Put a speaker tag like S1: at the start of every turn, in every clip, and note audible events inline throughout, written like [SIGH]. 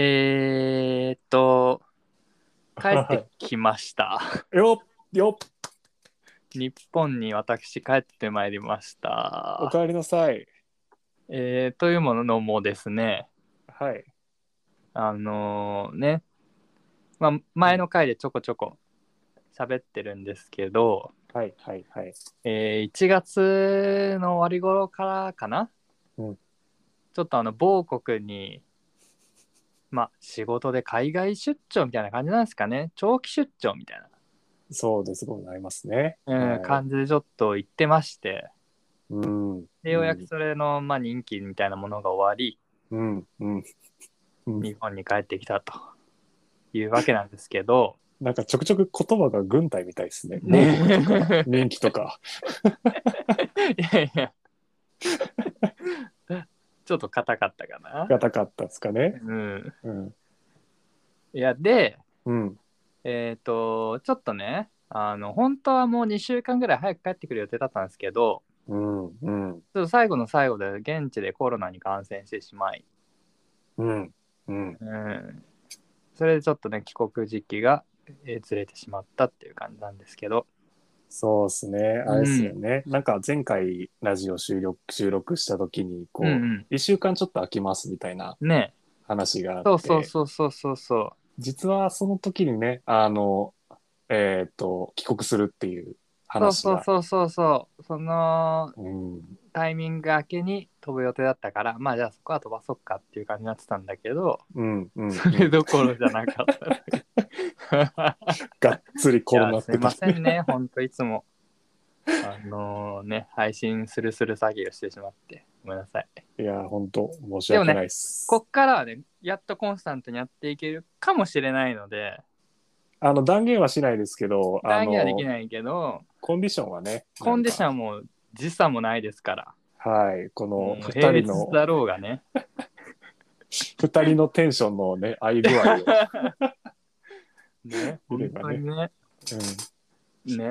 S1: えー、っと、帰ってきま
S2: [LAUGHS]
S1: した。
S2: よっよっ
S1: 日本に私帰ってまいりまし
S2: お
S1: た。
S2: かえりなさい。
S1: えーというものもですね、
S2: はい。
S1: あのーね、まあ、前の回でちょこちょこ喋ってるんですけど、
S2: はいはいはい。
S1: えー1月の終わり頃からかな、
S2: うん
S1: ちょっとあの某国に、まあ、仕事で海外出張みたいな感じなんですかね長期出張みたい
S2: そうですごいなりますね。
S1: な、うん
S2: はい
S1: 感じでちょっと行ってまして
S2: うん。
S1: でようやくそれの、まあ、任期みたいなものが終わり
S2: うんうん。うん
S1: 日本に帰ってきたというわけなんですけど、
S2: なんかちょくちょく言葉が軍隊みたいですね。
S1: ね
S2: 年季
S1: [LAUGHS]
S2: とか。
S1: いやいやちょっと硬かったかな。
S2: がたかったですかね。
S1: うん、
S2: うん。
S1: いやで
S2: うん。
S1: えっ、と、ちょっとね、あの、本当はもう2週間ぐらい早く帰ってくる予定だったんですけど、
S2: うん。うん。
S1: ちょっと最後の最後で現地でコロナに感染してしまい、
S2: うん。うん。
S1: うん。それでちょっとね、帰国時期が、えーずれてしまったっていう感じなんですけど、
S2: そうですね。あれですよね。なんか前回ラジオ収録収録した時に、こ
S1: うん
S2: う、
S1: う。
S2: 一週間ちょっと空きますみたいなん
S1: ね
S2: 話があって。
S1: そうそうそうそうそうそう。
S2: 実はその時にね、あの、えっ、と、帰国するっていう
S1: そう
S2: 話
S1: そう
S2: が。
S1: そうそうそう。その
S2: うん
S1: タイミング明けに飛ぶ予定だったから、まあじゃあそこは飛ばそっかっていう感じになってたんだけど、
S2: うんうん、
S1: それどころじゃなかった。 [LAUGHS]
S2: がっつりコロ
S1: い
S2: ナ
S1: や
S2: っ
S1: すい
S2: て
S1: ませんね、ほんといつも。あのね、配信するする詐欺をしてしまって、ごめんなさい。
S2: いや、本当申し訳ないです。
S1: こっからはね、やっとコンスタントにやっていけるかもしれないので、
S2: あの断言はしないですけど、あ
S1: 何
S2: の
S1: にはできないけど、
S2: コンディションはね、
S1: コンディショ
S2: ン。
S1: ンも時差もないですから、
S2: はい、この
S1: もう並
S2: 2人
S1: 列
S2: の、
S1: だろうがね。
S2: 二人のテンションのね、合い具合を。
S1: ね、
S2: 見
S1: 本
S2: れば
S1: 当にね、
S2: うん
S1: ね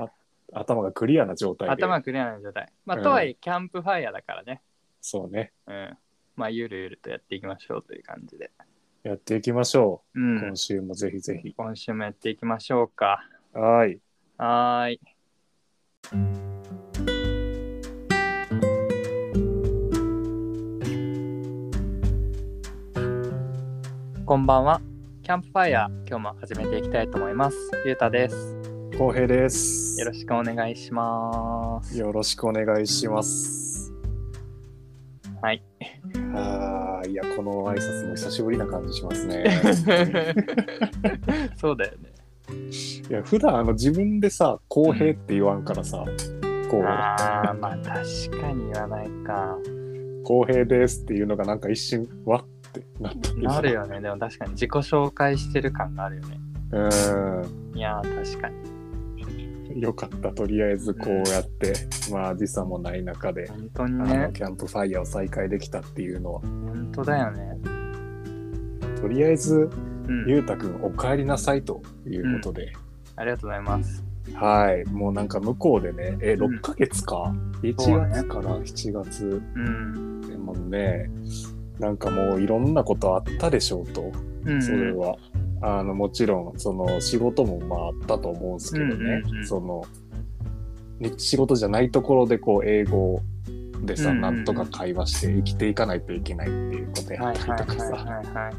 S2: あ頭がクリアな状態で。
S1: 頭クリアな状態。まあ、
S2: うん
S1: とはいえ、キャンプファイヤーだからね、
S2: そうね、
S1: うん。まあ、ゆるゆるとやっていきましょうという感じで。
S2: やっていきましょ
S1: う
S2: う。
S1: ん
S2: 今。週もぜひぜひ。
S1: 今週もやっていきましょうか。
S2: はい。
S1: はーい。こんばんは。キャンプファイヤー、今日も始めていきたいと思います。ゆうたです。
S2: 浩平です。
S1: よろしくお願いします。
S2: よろしくお願いします。
S1: [LAUGHS] はい。
S2: あーいや、この挨拶も久しぶりな感じしますね。
S1: そうだよね。
S2: [LAUGHS] いや、普段あの自分でさ、公平って言わんからさ、こう、
S1: ああ、まあ確かに言わないか。
S2: 公平ですっていうのがなんか一瞬、わってなったけど
S1: なる。よね。でも確かに自己紹介してる感があるよね。
S2: うー
S1: いやー、確かに。
S2: ん。よかった、とりあえずこうやって、まあ時差もない中で、
S1: 本当に
S2: あ
S1: ね
S2: の、。キャンプファイヤーを再開できたっていうのは、
S1: 本当だよね。
S2: とりあえず、
S1: うん。
S2: ゆうたくんお帰りなさいということで、
S1: ありがとうございます。
S2: はい、もうなんか向こうでね、え、
S1: うん
S2: 6ヶ月か、1
S1: そうね
S2: 月から7月
S1: うん。
S2: でもね、なんかもういろんなことあったでしょうと。
S1: うん、
S2: それは、あのもちろんその仕事もまああったと思うんですけどね、
S1: うんうんうん
S2: そのね仕事じゃないところでこう英語でさ、
S1: うんうんうん
S2: なんとか会話して生きていかないといけないっていうことや
S1: は
S2: っ
S1: い
S2: た
S1: はい
S2: りと
S1: はい
S2: かさ
S1: はいは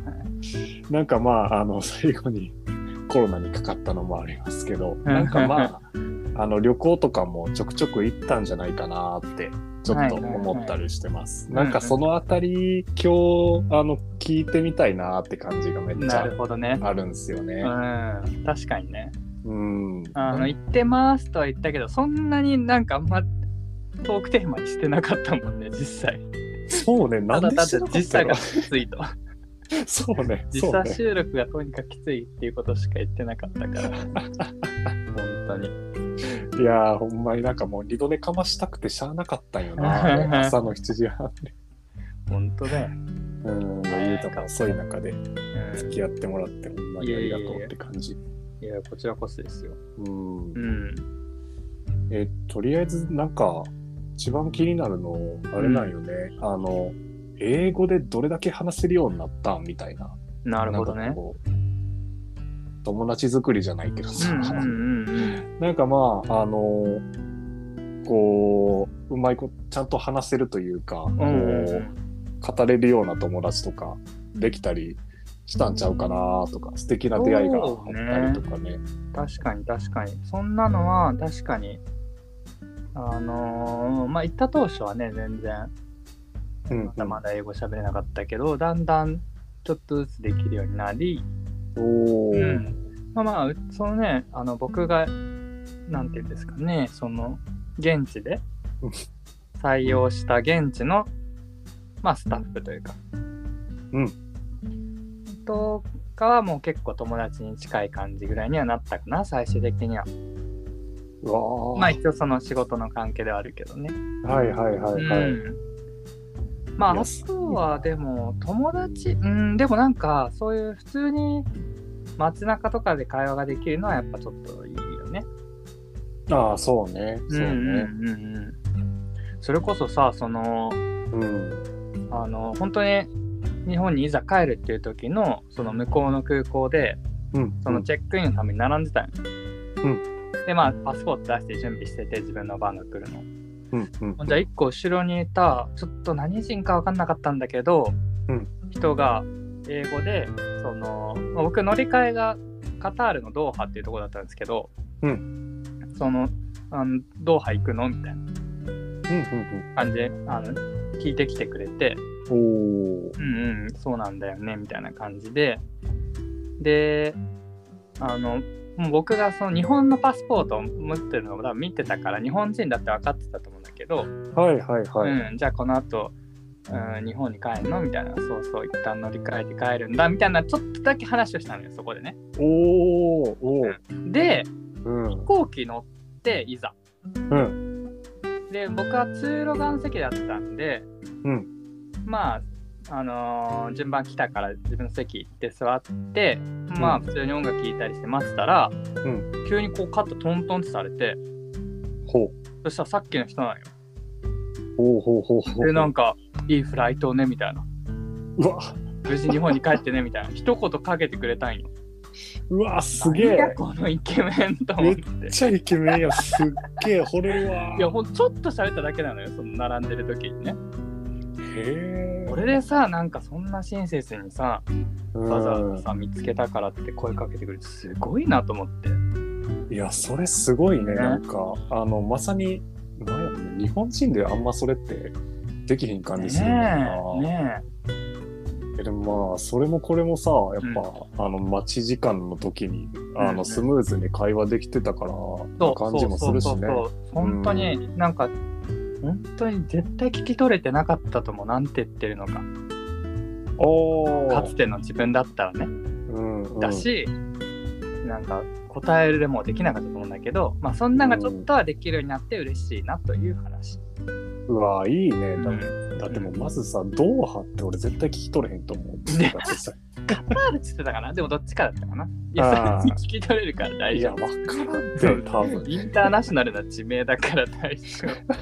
S1: い。
S2: なんかまああの最後に [LAUGHS] コロナにかかったのもありますけどなん
S1: [LAUGHS]
S2: かまああの旅行とかもちょくちょく行ったんじゃないかなってちょっと思ったりしてます、
S1: はいはいはい
S2: なんかそのあたり今日あの聞いてみたいなって感じがめっち
S1: な
S2: ゃ
S1: るほどね。
S2: あるんですよね。
S1: うん。確かにね。
S2: うん。
S1: あの、行ってますとは言ったけど、そんなになんかあんまトークテーマにしてなかったもんね、実際。
S2: そうね、な
S1: た
S2: んで
S1: だだっ
S2: して
S1: て
S2: なかった
S1: 時差
S2: の
S1: がきつい
S2: [LAUGHS]
S1: と。
S2: そうね、
S1: 時
S2: そう
S1: 差
S2: ね。
S1: 収録がとにかくきついっていうことしか言ってなかった
S2: [LAUGHS]
S1: から。本当に。
S2: いやー、ほんまになんかもう二度寝かましたくてしゃあなかったんよな、あ
S1: [LAUGHS]
S2: れ朝の7時半で。
S1: 本当だよ。
S2: うん、
S1: ね
S2: ゆうたも遅い中で
S1: う
S2: 付き合ってもらって、ほんまにありがとうって感じ。
S1: ん。いや、こちらこそですよ。
S2: うん
S1: う。ん。
S2: え、とりあえずなんか、一番気になるの、あれなんよね、あの、英語でどれだけ話せるようになったんみたいな
S1: なるほど
S2: なん
S1: ね
S2: か。こう友達作りじゃないけど
S1: う
S2: さ、
S1: んうんうん
S2: [LAUGHS] なんかまあ、あのこう、うまいこちゃんと話せるというか、
S1: うんうんう
S2: こ
S1: ん。
S2: う語れるような友達とかできたりしたんちゃうかなとか、素敵な出会いがあったりとかね。
S1: 確かに確かに。そんなのは確かに。あのーまあ行った当初はね、全然
S2: うん
S1: まだまだ英語喋れなかったけど、だんだんちょっとずつできるようになり、
S2: おー
S1: うん、まあまあうそのねあの僕がなんていうんですかねその現地で
S2: うん
S1: 採用した現地の、まあ、スタッフというか、
S2: うん、
S1: とかはもう結構友達に近い感じぐらいにはなったかな最終的には
S2: うわー
S1: まあ一応その仕事の関係ではあるけどね、
S2: はいはいはいは
S1: う
S2: い。
S1: ん、ま
S2: い
S1: あ
S2: や
S1: あとはでも友達うんでもなんかそういう普通に街中とかで会話ができるのはやっぱちょっといいよね。
S2: ああ、そうね。そう
S1: ん
S2: ね。
S1: うんうんうん、それこそさその
S2: うん。
S1: あの本当に日本にいざ帰るっていう時のその向こうの空港で
S2: うん。
S1: そのチェックインのために並んでたんよ。
S2: う
S1: でまあパスポート出して準備してて自分の番が来るの。
S2: うんうん。
S1: じゃあ1個後ろにいたちょっと何人か分かんなかったんだけど、
S2: うん
S1: 人が英語でそのまあ僕乗り換えがカタールのドーハっていうところだったんですけど、
S2: う
S1: そのあのドーハ行くのみたいな
S2: うんうん
S1: 感じであの聞いてきてくれて
S2: うん。おー
S1: うんうんそうなんだよねみたいな感じでであのもう僕がその日本のパスポートを持ってるのを多分見てたから日本人だって分かってたと思うんだけど、
S2: はいはいはい。
S1: うん、じゃあこの後、うん、日本に帰るのみたいなそうそう一旦乗り換えて帰るんだみたいなちょっとだけ話をしたのよそこでね
S2: おーおー
S1: で
S2: うん。
S1: 飛行機乗っていざ
S2: うん。
S1: で僕は通路側の席だったんで
S2: うん。
S1: まああのー順番来たから自分の席行って座ってまあ
S2: うん
S1: 普通に音楽聴いたりして待ってたら、
S2: ん
S1: 急にこうカットトントンってされて
S2: ほ
S1: そ
S2: う。
S1: したらさっきの人なんよ
S2: ほうほうほうほう。
S1: でなんか「いいフライトね」みたいな
S2: うわ、
S1: 「無事日本に帰ってね」みたいな一言かけてくれたんよ
S2: うわ、すげ
S1: なん
S2: え。め
S1: だこのイケメンと思って。
S2: っちゃイケメンや。すっげえ、惚れるわ。
S1: いや、ほんちょっと喋っただけなのよ、その並んでる時にね。
S2: へえ。
S1: 俺でさ、なんかそんな親切にさ、
S2: うん
S1: わざわざさ、見つけたからって声かけてくれて、すごいなと思って。
S2: いや、それすごいね。
S1: ね
S2: なんか、あの、まさに、なんやろね、日本人であんまそれってできひん感じするもん
S1: ねえ、
S2: な。
S1: ね
S2: えでもまあ、それもこれもさ、やっぱ、あの、待ち時間の時に、あ
S1: うんう
S2: の、
S1: ん
S2: スムーズに会話できてたから、
S1: え。
S2: な感じもするしね。
S1: う。本当に、なんか、本当に絶対聞き取れてなかったとも、なんて言ってるのか。
S2: お
S1: かつての自分だったらね。
S2: うんうん
S1: だし、なんか、答えるもできなかったと思うんだけど、まあ、そんなんがちょっとはできるようになって嬉しいなという話。
S2: うわ、いいね。だ,、
S1: うん
S2: だってもう、まずさ、ドーハって俺絶対聞き取れへんと思
S1: [LAUGHS]
S2: う。
S1: ね
S2: だってさ
S1: カタールって言ってたかなでもどっちかだったかないや
S2: あー
S1: それ聞き取れるから大
S2: い
S1: 丈
S2: や、
S1: 夫
S2: わからんって、多分。
S1: インターナショナルな地名だから大
S2: [LAUGHS]
S1: 丈夫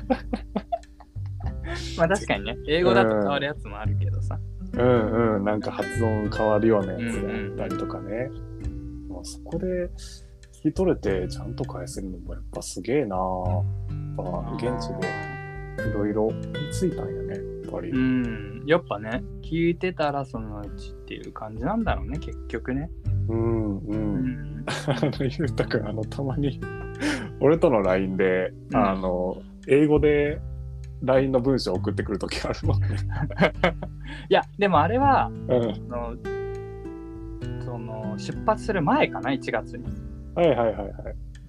S1: まあ確かにね英語だと変わるやつもあるけどさ
S2: うんうん、なんか発音変わるようなやつ
S1: うんうん
S2: だったりとかね。まあ、そこで聞き取れてちゃんと返せるのもやっぱすげえなやっぱ現地でいろいろ見ついたんやね、やっぱり。
S1: うんやっぱね聞いてたらそのうちっていう感じなんだろうね結局ね
S2: うんう。
S1: うんん
S2: あの、ゆうたくん、あの、たまに、 [LAUGHS] 俺との LINE で、
S1: うん
S2: あの、英語で LINE の文章送ってくるときあるの。
S1: いやでもあれは
S2: うん。
S1: あのその出発する前かな1月に
S2: はいはいはいはい。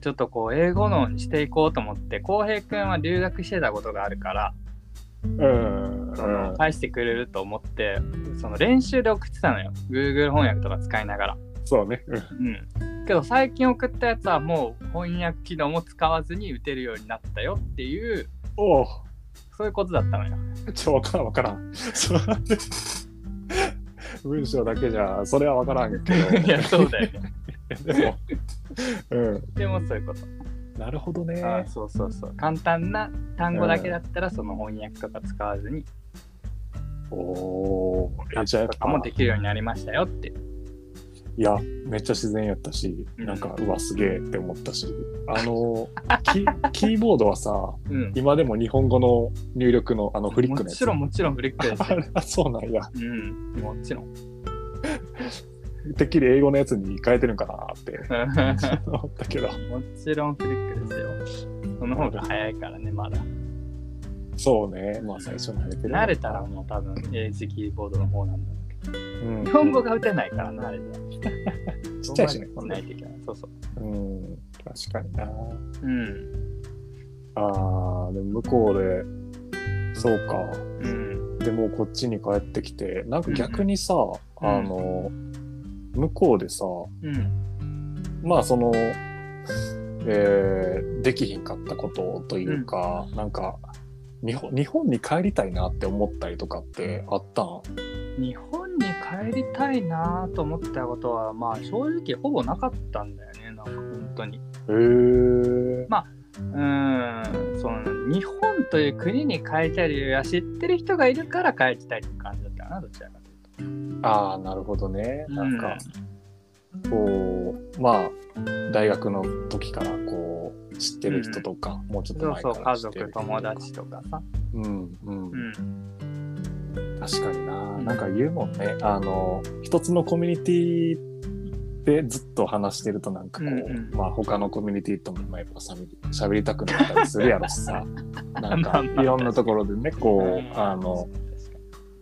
S1: ちょっとこう英語のにしていこうと思って浩平君は留学してたことがあるから
S2: うん。
S1: その
S2: うん
S1: 返してくれると思ってその練習で送ってたのよ Google 翻訳とか使いながら
S2: そうね。うん
S1: うんけど最近送ったやつはもう翻訳機能も使わずに打てるようになったよっていう
S2: おう
S1: そういうことだったの
S2: [LAUGHS]
S1: よ
S2: ちょ、わからんわからん。そう文章だけじゃ、それはわからんけ
S1: いやそうだよね
S2: ど。でも、うん。
S1: でもそういうこと、
S2: なるほどね。
S1: あーそうそうそう簡単な単語だけだったらその翻訳とか使わずに
S2: おお。えじゃあやっ
S1: とか
S2: ぱ
S1: もできるようになりましたよって
S2: いや、めっちゃ自然やったし、なんか、うわ、すげえって思ったし、あの、キキー [LAUGHS] ボードはさ、
S1: うん。
S2: 今でも日本語の入力のあのフリック
S1: も
S2: のやつ。
S1: ちろんもちろんフリックです
S2: あ
S1: よ。
S2: れあ [LAUGHS] そうなんや。
S1: うん。もちろん。 [LAUGHS]
S2: てっきり英語のやつに変えてるんかなって思ったけど、
S1: もちろんフリックですよ。その方が早いからね、まだ。
S2: そうね。まあ、最初慣れてる。
S1: 慣れたらもう多分、英字キーボードの方なんだろうけ
S2: うん、
S1: ど。日本語が打てないからな、あれで。
S2: ちっちゃいしね。
S1: しないといけない。そうそう。
S2: うん、確かにな。
S1: うん。
S2: あー、でも向こうで、そうか。
S1: うん。
S2: でもうこっちに帰ってきて、なんか逆にさ、
S1: ん
S2: あの、向こうでさ、
S1: うん。
S2: まあその、えーできひんかったことというか、なんか、日本日本に帰りたいなって思ったりとかってあったん
S1: 日本に帰りたいなと思ったことは、まあ正直ほぼなかったんだよね、なんか本当に。
S2: へー。
S1: うーんその日本という国に帰りたい理由は知ってる人がいるから帰りたいって感じだったかなどちらかというと。
S2: ああ、なるほどね。なん
S1: う
S2: か
S1: ん、
S2: こう、まあ、大学の時からこう、知ってる人とか、もうちょっと
S1: そう
S2: 前
S1: そう
S2: か
S1: 家
S2: ら知って
S1: 族
S2: る人とか。
S1: 友達とかさ。
S2: うんうん
S1: う。ん
S2: 確かにな。
S1: ん
S2: なんか言うもんね。あの、一つのコミュニティでずっと話してるとなんかこう、
S1: うんうん
S2: まあ他のコミュニティともまあやっぱしゃべり喋りたくなったりするやろ
S1: [LAUGHS]
S2: しさ。なん
S1: ま
S2: か
S1: あまあ
S2: いろんなところでね、こう、あの、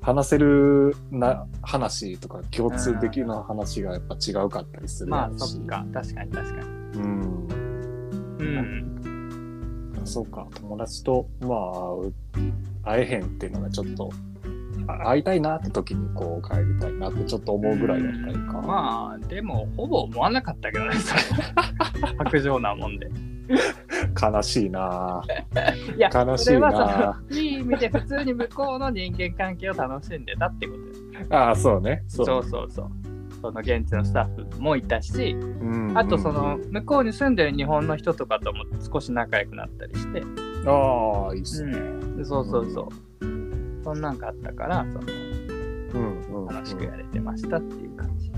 S2: 話せるな話とか共通できるな話がやっぱ違うかったりする
S1: ま
S2: や
S1: あ
S2: ろ
S1: そ
S2: し。
S1: っか確かに確かに。
S2: うん。
S1: うん
S2: そうか、友達と、まあ、会えへんっていうのがちょっと、あ会いたいなって時にこう帰りたいなってちょっと思うぐらいだったりか。あ、
S1: まあでもほぼ思わなかったけどね [LAUGHS] それ白状なもんで。
S2: 悲しいない
S1: や
S2: 悲し
S1: そ
S2: い
S1: れは
S2: な
S1: そのいい意味で普通に向こうの人間関係を楽しんでたってことよ。
S2: ああ、そうね。
S1: そ
S2: そう
S1: そうそうその現地のスタッフもいたし、
S2: うんうん
S1: あとその向こうに住んでる日本の人とかとも少し仲良くなったりして、
S2: ああ、いいっすね。
S1: でそうそうそう、そんなんがあったからそ
S2: うんうん、う
S1: の
S2: ん
S1: 楽しくやれてましたっていう感じ。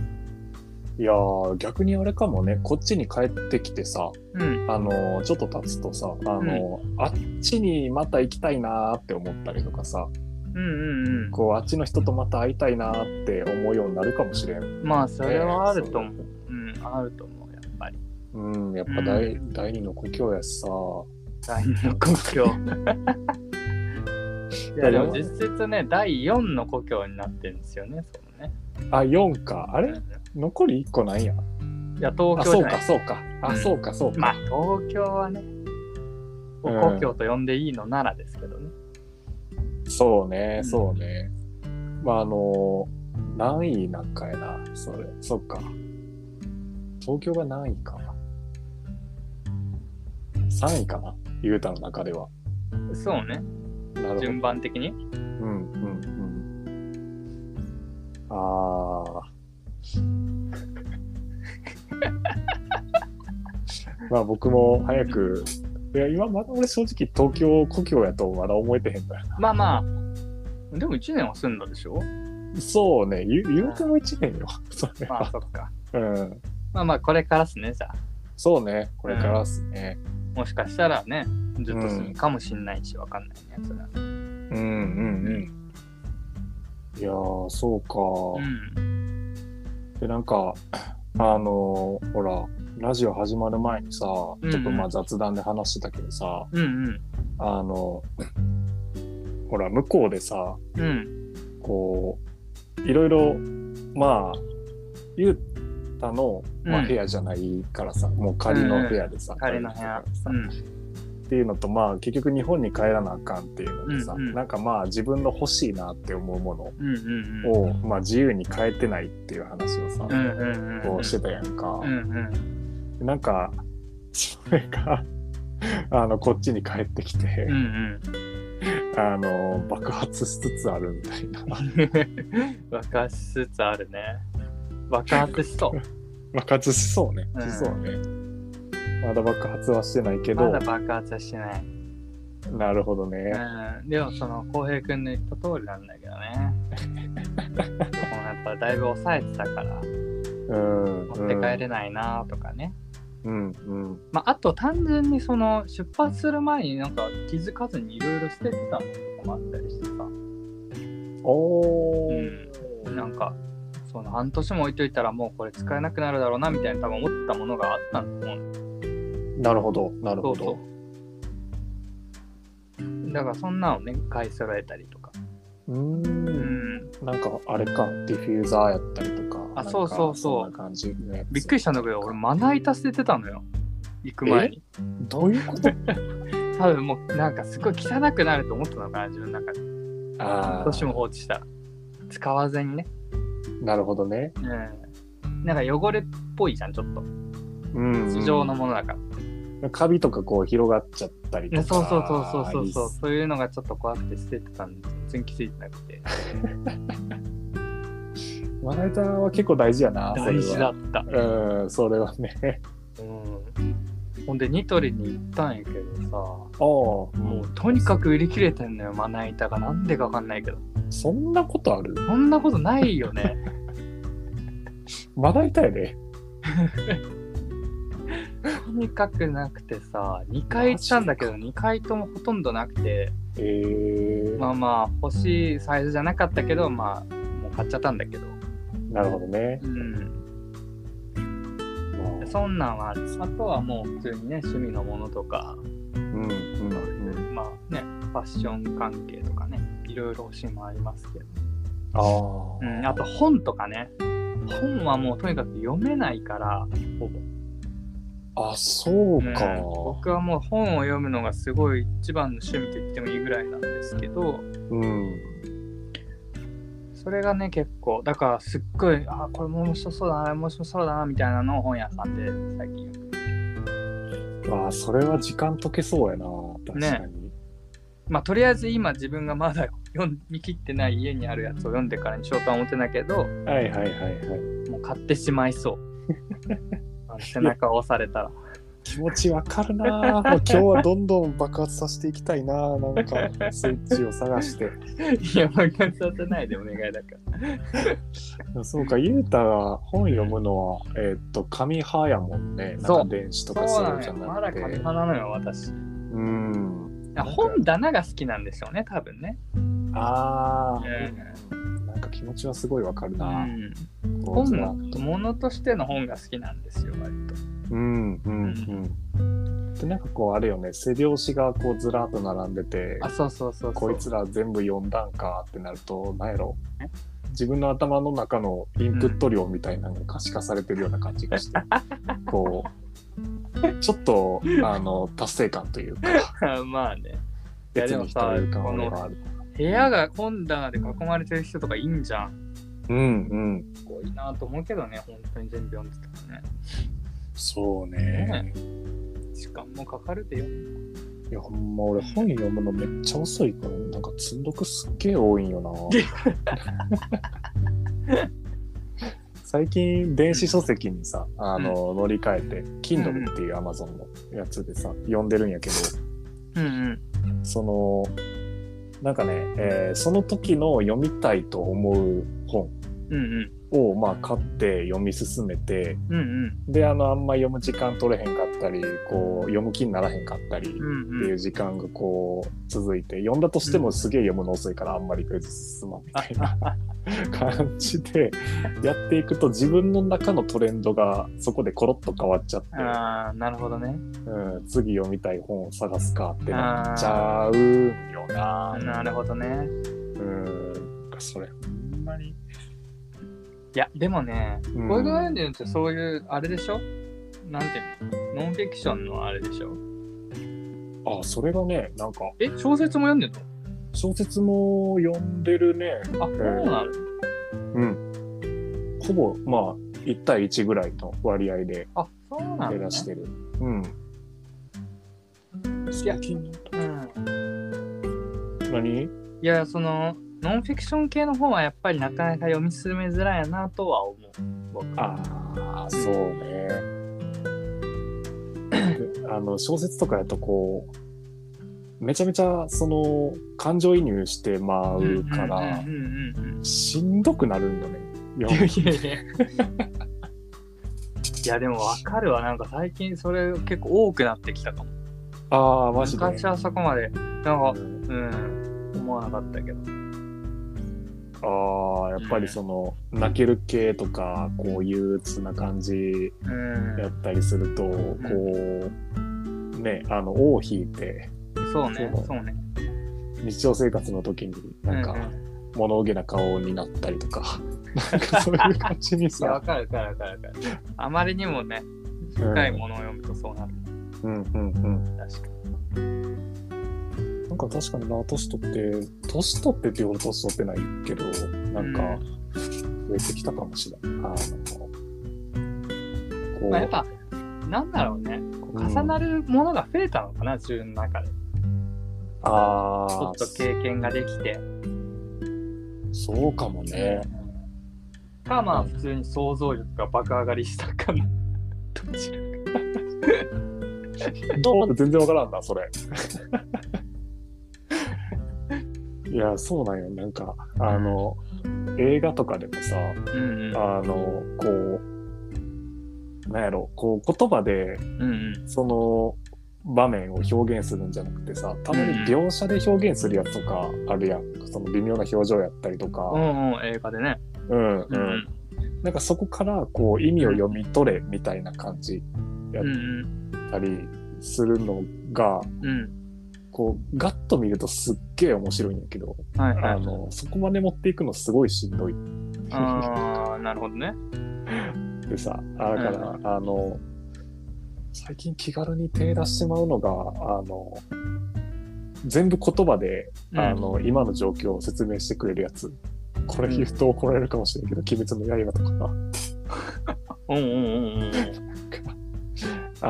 S2: いやー逆にあれかもね、こっちに帰ってきてさ、
S1: うん、
S2: あのーちょっと経つとさ、あのーあっちにまた行きたいなーって思ったりとかさ、
S1: うん、うん、
S2: こう、あっちの人とまた会いたいなーって思うようになるかもしれん
S1: うん。まあそれはあると思う。うん、あると思う、やっぱり。
S2: うん、やっぱ第,、第二の故郷やしさ。
S1: 第2の故 [LAUGHS] 郷。いやでも実質ね、第4の故郷になってるんですよね、そうね。
S2: あ、4か。あれ残り1個なんや。
S1: いや、
S2: あ、
S1: 東京
S2: そ
S1: じ
S2: う
S1: ゃない
S2: か、。そうか。
S1: う
S2: あ、
S1: ん
S2: そうか、そうか。
S1: まあ、東京はね、故
S2: うん
S1: 郷と呼んでいいのならですけどね。
S2: そう
S1: う
S2: ね、
S1: ん
S2: そうね。まあ、あのー何位なんかやな、それ。そっか。東京が何位か。3位かな、ゆうたの中では。
S1: そうね、
S2: なるほど。
S1: 順番的に。
S2: うん、うん、うん。ああ。 [LAUGHS] まあ僕も早く、いや、今まだ俺正直東京故郷やとまだ思えてへんからな。
S1: まあまあ、でも1年は住んだでしょ
S2: そうね、言う言うても1年よ。 [LAUGHS] それ
S1: まあ
S2: は。
S1: そっか。
S2: うん。
S1: まあまあこれからっすね、じゃあ。
S2: そうね、これからっすね。
S1: もしかしたらね、ずっと住むかもしんないし、わかんないね、それは。
S2: うん、うん、うん。いやー、そうか。
S1: うん。
S2: でなんかあのーほらラジオ始まる前にさちょ
S1: うん
S2: っとまあ雑談で話してたけどさ、
S1: うん
S2: あのほら向こうでさ
S1: うん。うん。
S2: こういろいろまあゆうたの、まあ、
S1: うん
S2: 部屋じゃないからさ、もう仮の部屋でさ、
S1: 彼の部屋。うん。
S2: っていうのとまあ結局日本に帰らなあかんっていうのでさ、
S1: うんうん
S2: なんかまあ自分の欲しいなって思うも
S1: うんうん
S2: の
S1: うん。
S2: を、まあ、自由に変えてないっていう話をさ、
S1: うんうんうん。
S2: こうしてたやんか。
S1: うんうん。
S2: なんか、それが、 [LAUGHS] あの、こっちに帰ってきて
S1: うんう、ん。
S2: あの、爆発しつつあるみたいな、 [LAUGHS]
S1: [LAUGHS] 爆発しつつあるね。爆発しそう。
S2: 爆発しそうね
S1: う。ん
S2: しそうね。まだ爆発はしてないけ
S1: ま
S2: ど、
S1: だ爆発はしてない。
S2: なるほどね。
S1: うん。でもその、浩平君の言った通りなんだけどね。もうやっぱだいぶ抑えてたから。
S2: うん。
S1: 持って帰れないなとかね、
S2: うんうん。
S1: まあ、あと単純にその出発する前になんか気づかずにいろいろ捨ててたのとかもあったりしてさ
S2: お
S1: う
S2: ー
S1: ん。なんかその半年も置いといたらもうこれ使えなくなるだろうなみたいな多分思ったものがあったんだと思う
S2: なるほど、なる
S1: そ
S2: ほ
S1: うそ
S2: ど。
S1: うだからそんなのね買い揃えたりとか
S2: う。
S1: うんん
S2: なんか、あれか、ディフューザーやったりとか。
S1: あ
S2: なんか
S1: そうそうそう
S2: そんな感じのやつ
S1: びっくりしたんだけど俺まな板捨ててたのよ行く前に
S2: どうい
S1: [LAUGHS]
S2: うこと
S1: 多分もうなんかすごい汚くなると思ったのかな自分の中で
S2: あ
S1: 半年も放置したら使わずにね
S2: あ、なるほどね。
S1: うんなんか汚れっぽいじゃんちょっと
S2: うん。
S1: 地上のものだから、
S2: カビとかこう広がっちゃったりと
S1: ね
S2: か。
S1: そうそうそうそうそうそう
S2: う。
S1: そういうのがちょっと怖くて捨ててたんで全然気づいてなくて
S2: まな板は結構大事やな。それは
S1: 大事だ。った
S2: うん、それはね。 [LAUGHS]
S1: うんほんでニトリに行ったんやけどさも
S2: ああ、も
S1: うとにかく売り切れてんのよまな板がなんでかわかんないけど
S2: う、そんなことある
S1: そんなことないよ [LAUGHS] ね
S2: まな板やで。
S1: とにかくなくてさ2回行ったんだけど2回ともほとんどなくて
S2: えー、
S1: まあまあ欲しいサイズじゃなかったけどまあもう買っちゃったんだけど
S2: なるほどね。
S1: うん
S2: まあ
S1: そんなんはあるあとはもう普通にね趣味のものとか、
S2: うんうんうん。
S1: まあねファッション関係とかねいろいろ欲しいもありますけど、
S2: ああ、
S1: うん、あと本とかね本はもうとにかく読めないからほぼ、
S2: あ、そ
S1: う
S2: う
S1: ん
S2: か。
S1: 僕はもう本を読むのがすごい一番の趣味と言ってもいいぐらいなんですけど
S2: うん。
S1: それがね結構だからすっごいあこれも面白そうだなあれも面白そうだなみたいなのを本屋さんで最近
S2: ああ、それは時間解けそうやな。確かに。
S1: まあとりあえず今自分がまだ読み切ってない家にあるやつを読んでからにしようとは思ってないけど
S2: はいはいはいはい。
S1: もう買ってしまい [LAUGHS] そう。あの背中を押されたら。
S2: 気持ちわかるな。もう
S1: [LAUGHS]
S2: 今日はどんどん爆発させていきたいな。なんか、スイッチを
S1: [LAUGHS]
S2: 探して。
S1: いや、爆発させないでお願いだか
S2: そうか、ゆうたが本読むのは、えーっと、紙派やもんね。
S1: そう
S2: なんか電子と
S1: ら。
S2: か
S1: そう
S2: そ
S1: な
S2: う
S1: の
S2: じゃ
S1: よ。
S2: な
S1: まだ
S2: くて。
S1: 紙派なのよ、私。
S2: うん。
S1: あ本棚が好きなんでしょうね、多分ね。
S2: ああ、
S1: え
S2: なんか気持ちはすごいわかる
S1: う
S2: な。
S1: ん、
S2: こう
S1: 本の、物としての本が好きなんですよ、割と。
S2: うんうんうん。で、なんかこう、あれよね、背表紙がこうずらっと並んでて、
S1: あ、そうそうそうそう。
S2: こいつら全部読んだんかってなると、なんやろ。自分の頭の中のインプット量みたいなのが可視化されてるような感じ
S1: [LAUGHS]
S2: がして、こう、ちょっと、あの、達成感というか、
S1: [LAUGHS] まあね。いや
S2: 別
S1: で
S2: に
S1: も
S2: 一
S1: さ
S2: 人感がある。
S1: 部屋が本棚で囲まれてる人とかいいんじゃん。
S2: うんうん。
S1: すごいなと思うけどね、本当に全部読んでたらね。
S2: そうね。
S1: 時間もかかるでよ。
S2: いや、ほんま俺本読むのめっちゃ遅いから、なんか積んどくすっげえ多いんよな。最近電子書籍にさ、あの、乗り換えて、Kindle っていう Amazon のやつでさ、読んでるんやけど、
S1: うんうん。
S2: その、なんかね、えーその時の読みたいと思う本
S1: うんうん。
S2: を、まあ、買って読み進めて、
S1: うんうん。
S2: で、あの、あんま読む時間取れへんかったり、こう、読む気にならへんかったり、
S1: うん
S2: って
S1: うん
S2: いう時間がこう続いて読んだとしてもすげえ読むの遅いからあんまりページ進まんみたいな
S1: [LAUGHS]
S2: 感じでやっていくと自分の中のトレンドがそこでコロッと変わっちゃって、
S1: ああ、なるほどね。
S2: うん、次読みたい本を探すかってなっちゃ
S1: あ
S2: うんよな。
S1: なるほどね。
S2: うん、なんかそれほんまに。
S1: いや、でもね、
S2: うん
S1: ゴールドランディンってそういう、あれでしょなんていうのノンフィクションのあれでしょ
S2: あそれがねなんか
S1: え、小説も読んでる
S2: 小説も読んでるね。
S1: のあ、そうなの
S2: うん、ほぼまあ1対1ぐらいの割合で
S1: あ、そうな
S2: 出
S1: の、ね
S2: だしてる。うん。
S1: いや
S2: 最近
S1: うん。
S2: 何
S1: いや、その、ノンフィクション系の本はやっぱりなかなか読み進めづらいやなとは思う。僕
S2: ああ、そうね。あの小説とかやとこうめちゃめちゃその感情移入してまうから
S1: うんうんうんうんうん
S2: [LAUGHS] しんどくなるんだね。
S1: いやいやいや。いやでもわかるわなんか最近それ結構多くなってきたかも
S2: ああ、マジで。
S1: 昔はそこまでなんか
S2: うん
S1: うん思わなかったけど
S2: ああ、やっぱりその、泣ける系とか、こう、憂鬱な感じ
S1: うん
S2: やったりすると、こう、ね、あの、尾を引いて、
S1: そうね
S2: そう
S1: そうね
S2: 日常生活の時に、なんか
S1: う、ん
S2: 物憂げな顔になったり
S1: [LAUGHS]
S2: とか、なんかそういう感じに
S1: いやわ
S2: さ、
S1: かるわかるわかるわかるあまりにもね深いものを読むとそうなる
S2: うんうんうん。
S1: 確かに
S2: なんか確かにな、年取って、年取ってって言うほど年取ってないけど、なんか、増えてきたかもしれない。あの、こう、
S1: まあやっぱなんだろうねこう重なるものが増えたのかな、自分の中でち
S2: あ
S1: ょ
S2: あ
S1: っ、と経験ができて
S2: そうかもね。
S1: かまあ
S2: うん
S1: 普通に想像力が爆上がりしたかなどちらか
S2: どう全然わからんな、そ
S1: [LAUGHS]
S2: れ。いや、そうなんよ。なんか、あの、映画とかでもさ、
S1: うんうん
S2: あの、こう、なんやろ、こう、言葉で、
S1: うん
S2: その、場面を表現するんじゃなくてさ、たまに描写で表現するやつとかあるやん。その微妙な表情やったりと
S1: う
S2: か。
S1: んうん映画でね
S2: うん、う
S1: うん
S2: ん。なんかそこから、こう、意味を読み取れみたいな感じや
S1: う
S2: っ
S1: ん
S2: たりするのが、
S1: うんうん
S2: こう、ガッと見るとすっげえ面白いんやけど、
S1: はいはい
S2: あの、そこまで持っていくのすごいしんどい
S1: あーなるほどね
S2: ってさ、あだから、あの、最近気軽に手出してしまうのが、あの、全部言葉で、
S1: うん
S2: あの、今の状況を説明してくれるやつ。これ言うと怒られるかもしれないけど、鬼滅の刃とか
S1: うんうんうんうん
S2: さ、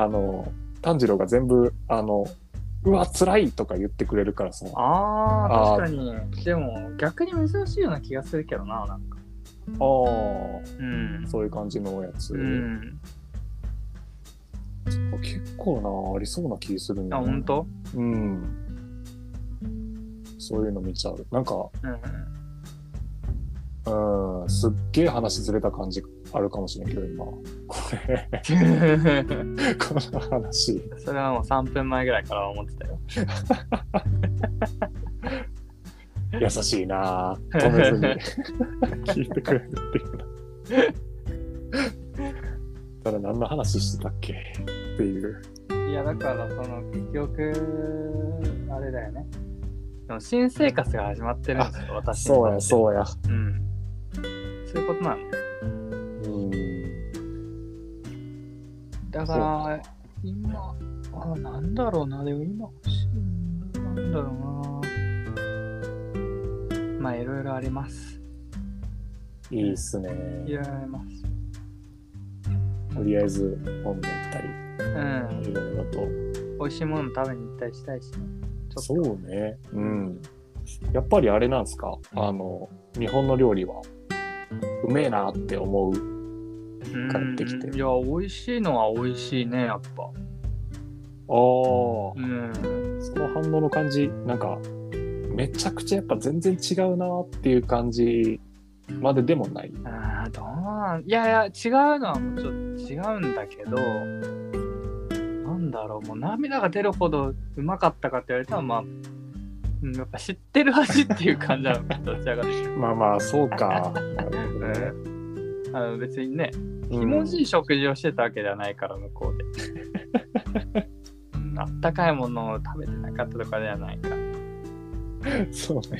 S2: あの、炭治郎が全部、あの、うわ、辛いとか言ってくれるからさ、
S1: ああ
S2: あー
S1: 確かにでも逆に珍しいような気がするけどななんか
S2: あー
S1: うん
S2: そういう感じのやつ。
S1: うん
S2: 結構な、ありそうな気するん
S1: あ
S2: よね
S1: 本当
S2: うん。そういうの見ちゃう。なんか、
S1: うんうん
S2: うん、すっげえ話ずれた感じあるかもしれんけど、今。これ、この話。
S1: [LAUGHS] それはもう3分前ぐらいから思ってたよ
S2: 優しいなあ止めずに [LAUGHS] 聞いてくれるっていうな。ただ何の話してたっけっていう。
S1: いやだからその結局あれだよねでも新生活が始まってるんですよ私
S2: そうや、
S1: う
S2: そうや。
S1: うんそういうことなの
S2: うん。
S1: だから今あなんだろうなでも今欲しいのなんだろうなまあいろいろあります
S2: いいっすね。
S1: いろいろあります
S2: とりあえず、本で行ったり、
S1: うん
S2: いろいろと。
S1: 美味しいもの食べに行ったりしたいしねちょっと
S2: そうね。うん。やっぱりあれなんですかあの、日本の料理は、うめえなって思う。
S1: うん
S2: 帰ってきて
S1: いや美味しいのは美味しいねやっぱ
S2: あ
S1: うん
S2: あ、その反応の感じ、なんか、めちゃくちゃやっぱ全然違うなっていう感じまででもない。
S1: ああどうなんいやいや違うのはもうちょっと違うんだけどなんだろうもう涙が出るほどうまかったかって言われたらまあ、うん、やっぱ知ってる味っていう感じなのどちらかというと
S2: まあまあ、そ
S1: [LAUGHS]
S2: うか。なるほどね
S1: あの別にね
S2: うん
S1: 気持ちいい食事をしてたわけではないから向こうでうんあったかいものを食べてなかったとかではないから
S2: そうね。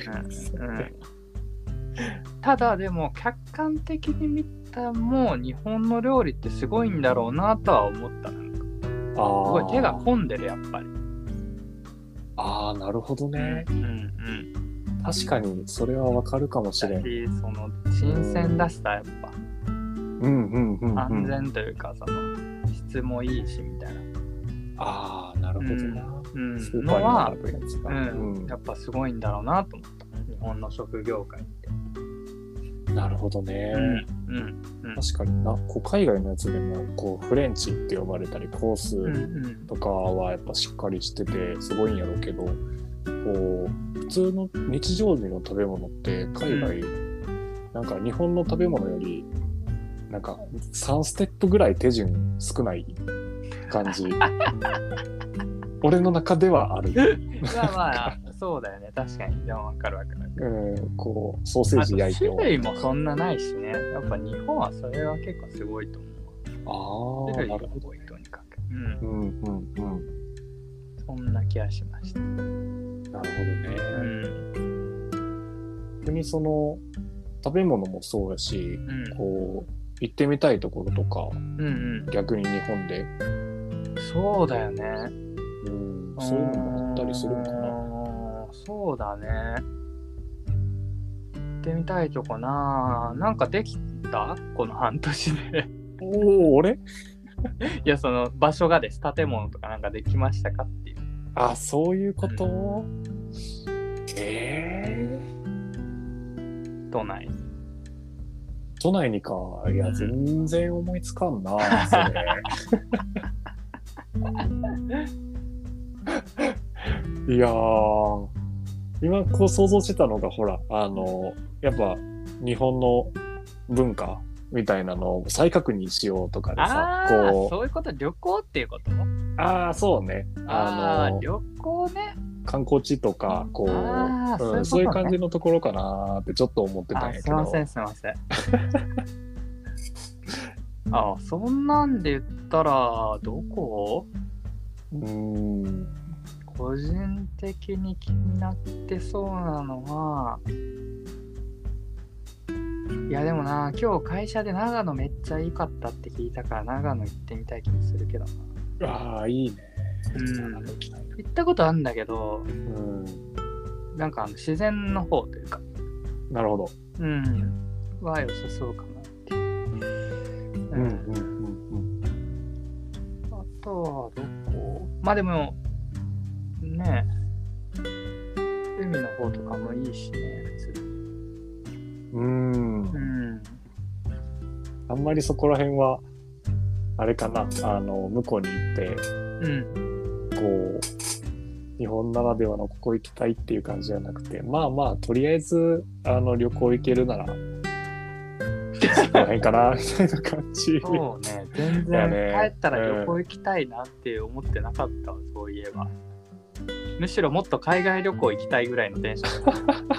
S1: うんただでも客観的に見たもう日本の料理ってすごいんだろうなとは思ったなんかす
S2: ああ。
S1: ごい手が込んでるやっぱり
S2: ああ、なるほどね。
S1: うん
S2: 確かに、それはわかるかもし
S1: だ
S2: れん。
S1: しその新鮮だしさやっぱ
S2: うんうんうん、うん。
S1: 安全というかその質もいいしみたいな
S2: ああ、なるほどな。
S1: うん
S2: スーパ
S1: の
S2: ー
S1: は
S2: に並ぶやつ
S1: う
S2: が。
S1: んやっぱすごいんだろうなと思った日本の食業界って
S2: なるほどね。
S1: うん
S2: 確かにな。こう海外のやつでも、こう、フレンチって呼ばれたり、コー
S1: うんう
S2: ス
S1: ん [LAUGHS]
S2: とかはやっぱしっかりしてて、すごいんやろうけど、こう、普通の日常時の食べ物って、海外、なんか日本の食べ物より、なんか3ステップぐらい手順少ない
S1: [LAUGHS]
S2: 感じ俺の中ではある、
S1: まあまあ、そうだよね。確かに。でもわかるわかる。
S2: うん、こうソーセー
S1: あ
S2: ジ
S1: と
S2: 焼いて
S1: 種
S2: も
S1: 類もそんなないしね。やっぱ日本はそれは結構すごいと思うわ。
S2: あ
S1: 種
S2: あ
S1: 類
S2: な
S1: が
S2: るほど
S1: 多いとにかく。うん
S2: う。んうんうん
S1: そんな気がしました。う
S2: なるほどね
S1: ん。
S2: 逆にその食べ物もそうやし
S1: うん。
S2: こう行ってみたいところとか
S1: うんうん。
S2: 逆に日本で、
S1: そうだよね。
S2: うん、そういうのもあったりするのかな
S1: うーんそうだね。行ってみたいとこな。なんかできたこの半年で。
S2: おお俺
S1: いや、その場所がです。建物とかなんかできましたかっていう。
S2: あそういうこと、ええ
S1: 都内。
S2: 都内にかいや全然思いつかんなそれ [LAUGHS] いやー今こう想像してたのがほらあのやっぱ日本の文化みたいなのを再確認しようとかで
S1: あ
S2: さ
S1: あ、
S2: こう
S1: そういうこと、旅行っていうこと
S2: ああそうね
S1: あ
S2: あ
S1: あー、
S2: の
S1: 旅行ね。
S2: 観光地とかこう、
S1: あー
S2: うん
S1: そ
S2: そう
S1: い
S2: ういうう
S1: ことね
S2: 感じのところかなーってちょっと思ってた
S1: あ
S2: んや
S1: す
S2: け
S1: い
S2: ど
S1: ませんすいません [LAUGHS] あそんなんで言ったらどこ
S2: うーん
S1: 個人的に気になってそうなのはいやでもな今日会社で長野めっちゃ良かったって聞いたから長野行ってみたい気もするけどな
S2: ああ、いいね。
S1: うん行ったことあるんだけど
S2: うん。
S1: なんかあの自然の方というか
S2: なるほど。
S1: うんは良さそうかなっていう、
S2: うんうん
S1: あとはどこまあでも、ねえ、海の方とかもいいしね、別に。
S2: うんうん。
S1: う
S2: うん。
S1: ん。
S2: あんまりそこら辺は、あれかな、あの、向こうに行って、
S1: うん。
S2: こう、日本ならではのここ行きたいっていう感じじゃなくて、まあまあ、とりあえず、あの、旅行行けるなら、そこら辺かな、みたいな感じ。
S1: そうね、全
S2: だよ
S1: 然
S2: ね
S1: 帰ったら旅行行きたいなって思ってなかったわ、そういえば。むしろもっと海外旅行行きたいぐらいのテンションだ [LAUGHS]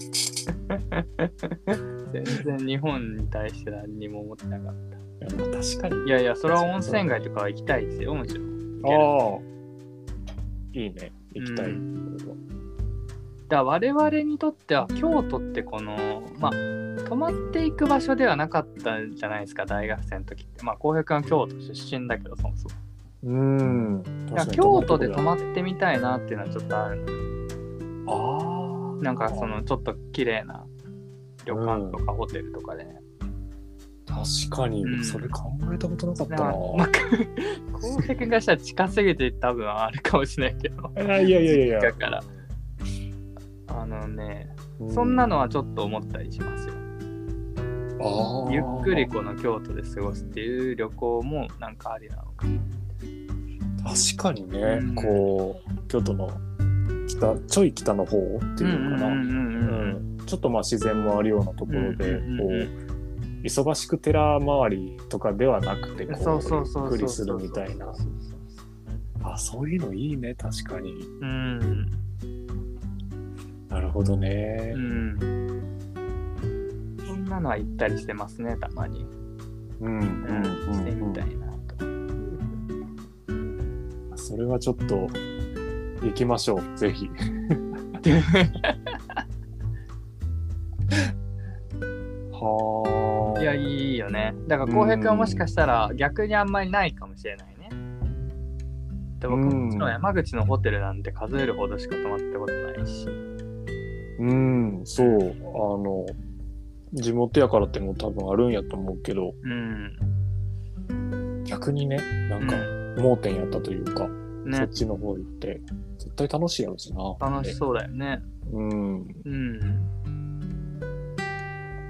S1: った。全然日本に対して何にも思ってなかった。
S2: いやまあ確かに。
S1: いやいや、それは温泉街とかは行きたいですよ、もちろん。
S2: ああ。いいね。行きたい。
S1: う
S2: うん。
S1: だ我々にとっては京都ってこのまあ泊まっていく場所ではなかったんじゃないですか大学生の時ってまあ浩平君は京都出身だけどそもそもだから京都で泊まってみたいなっていうのはちょっとあるの
S2: ああ。
S1: なんかそのちょっと綺麗な旅館とかホテルとかでね、
S2: 確かに、
S1: うん
S2: それ考えたことなかった
S1: だ
S2: な
S1: から。まあ [LAUGHS] 浩平君がしたら近すぎて多分あるかもしれないけど
S2: あいやいやいやいや
S1: 実家からあのねそんなのはちょっと思ったりしますよゆっくり
S2: 確
S1: この京都で過ごすっていう旅行もなんかありなのか
S2: かにね、
S1: うん
S2: こう京都の北ちょい北の方っていうのかな、
S1: うんうんうんうんうん
S2: うんちょっとまあ自然もあるようなところで、
S1: うんうんうんう
S2: こう忙しく寺回りとかではなくてこう
S1: そうそうそうそう
S2: ゆっくりするみたいな
S1: そうそうそう
S2: あそういうのいいね確かに
S1: うん
S2: なるほどね
S1: う、んそんなのは行ったりしてますねたまに、
S2: うんうん
S1: うん
S2: うん
S1: してみた
S2: う
S1: いなと
S2: んそれはちょっと行きましょうぜひはあ
S1: いやいいよねだから浩平君はもしかしたら逆にあんまりないかもしれないねで僕
S2: うん
S1: もちろん山口のホテルなんて数えるほどしか泊まったことないし
S2: うん、そう。あの、地元やからっても多分あるんやと思うけど、
S1: うん
S2: 逆にね、なんか
S1: う
S2: 盲点やったというか、
S1: ん
S2: そっ
S1: ね
S2: ちの方行って、絶対楽しいやろしな。
S1: 楽しそうだよね
S2: うん。
S1: うん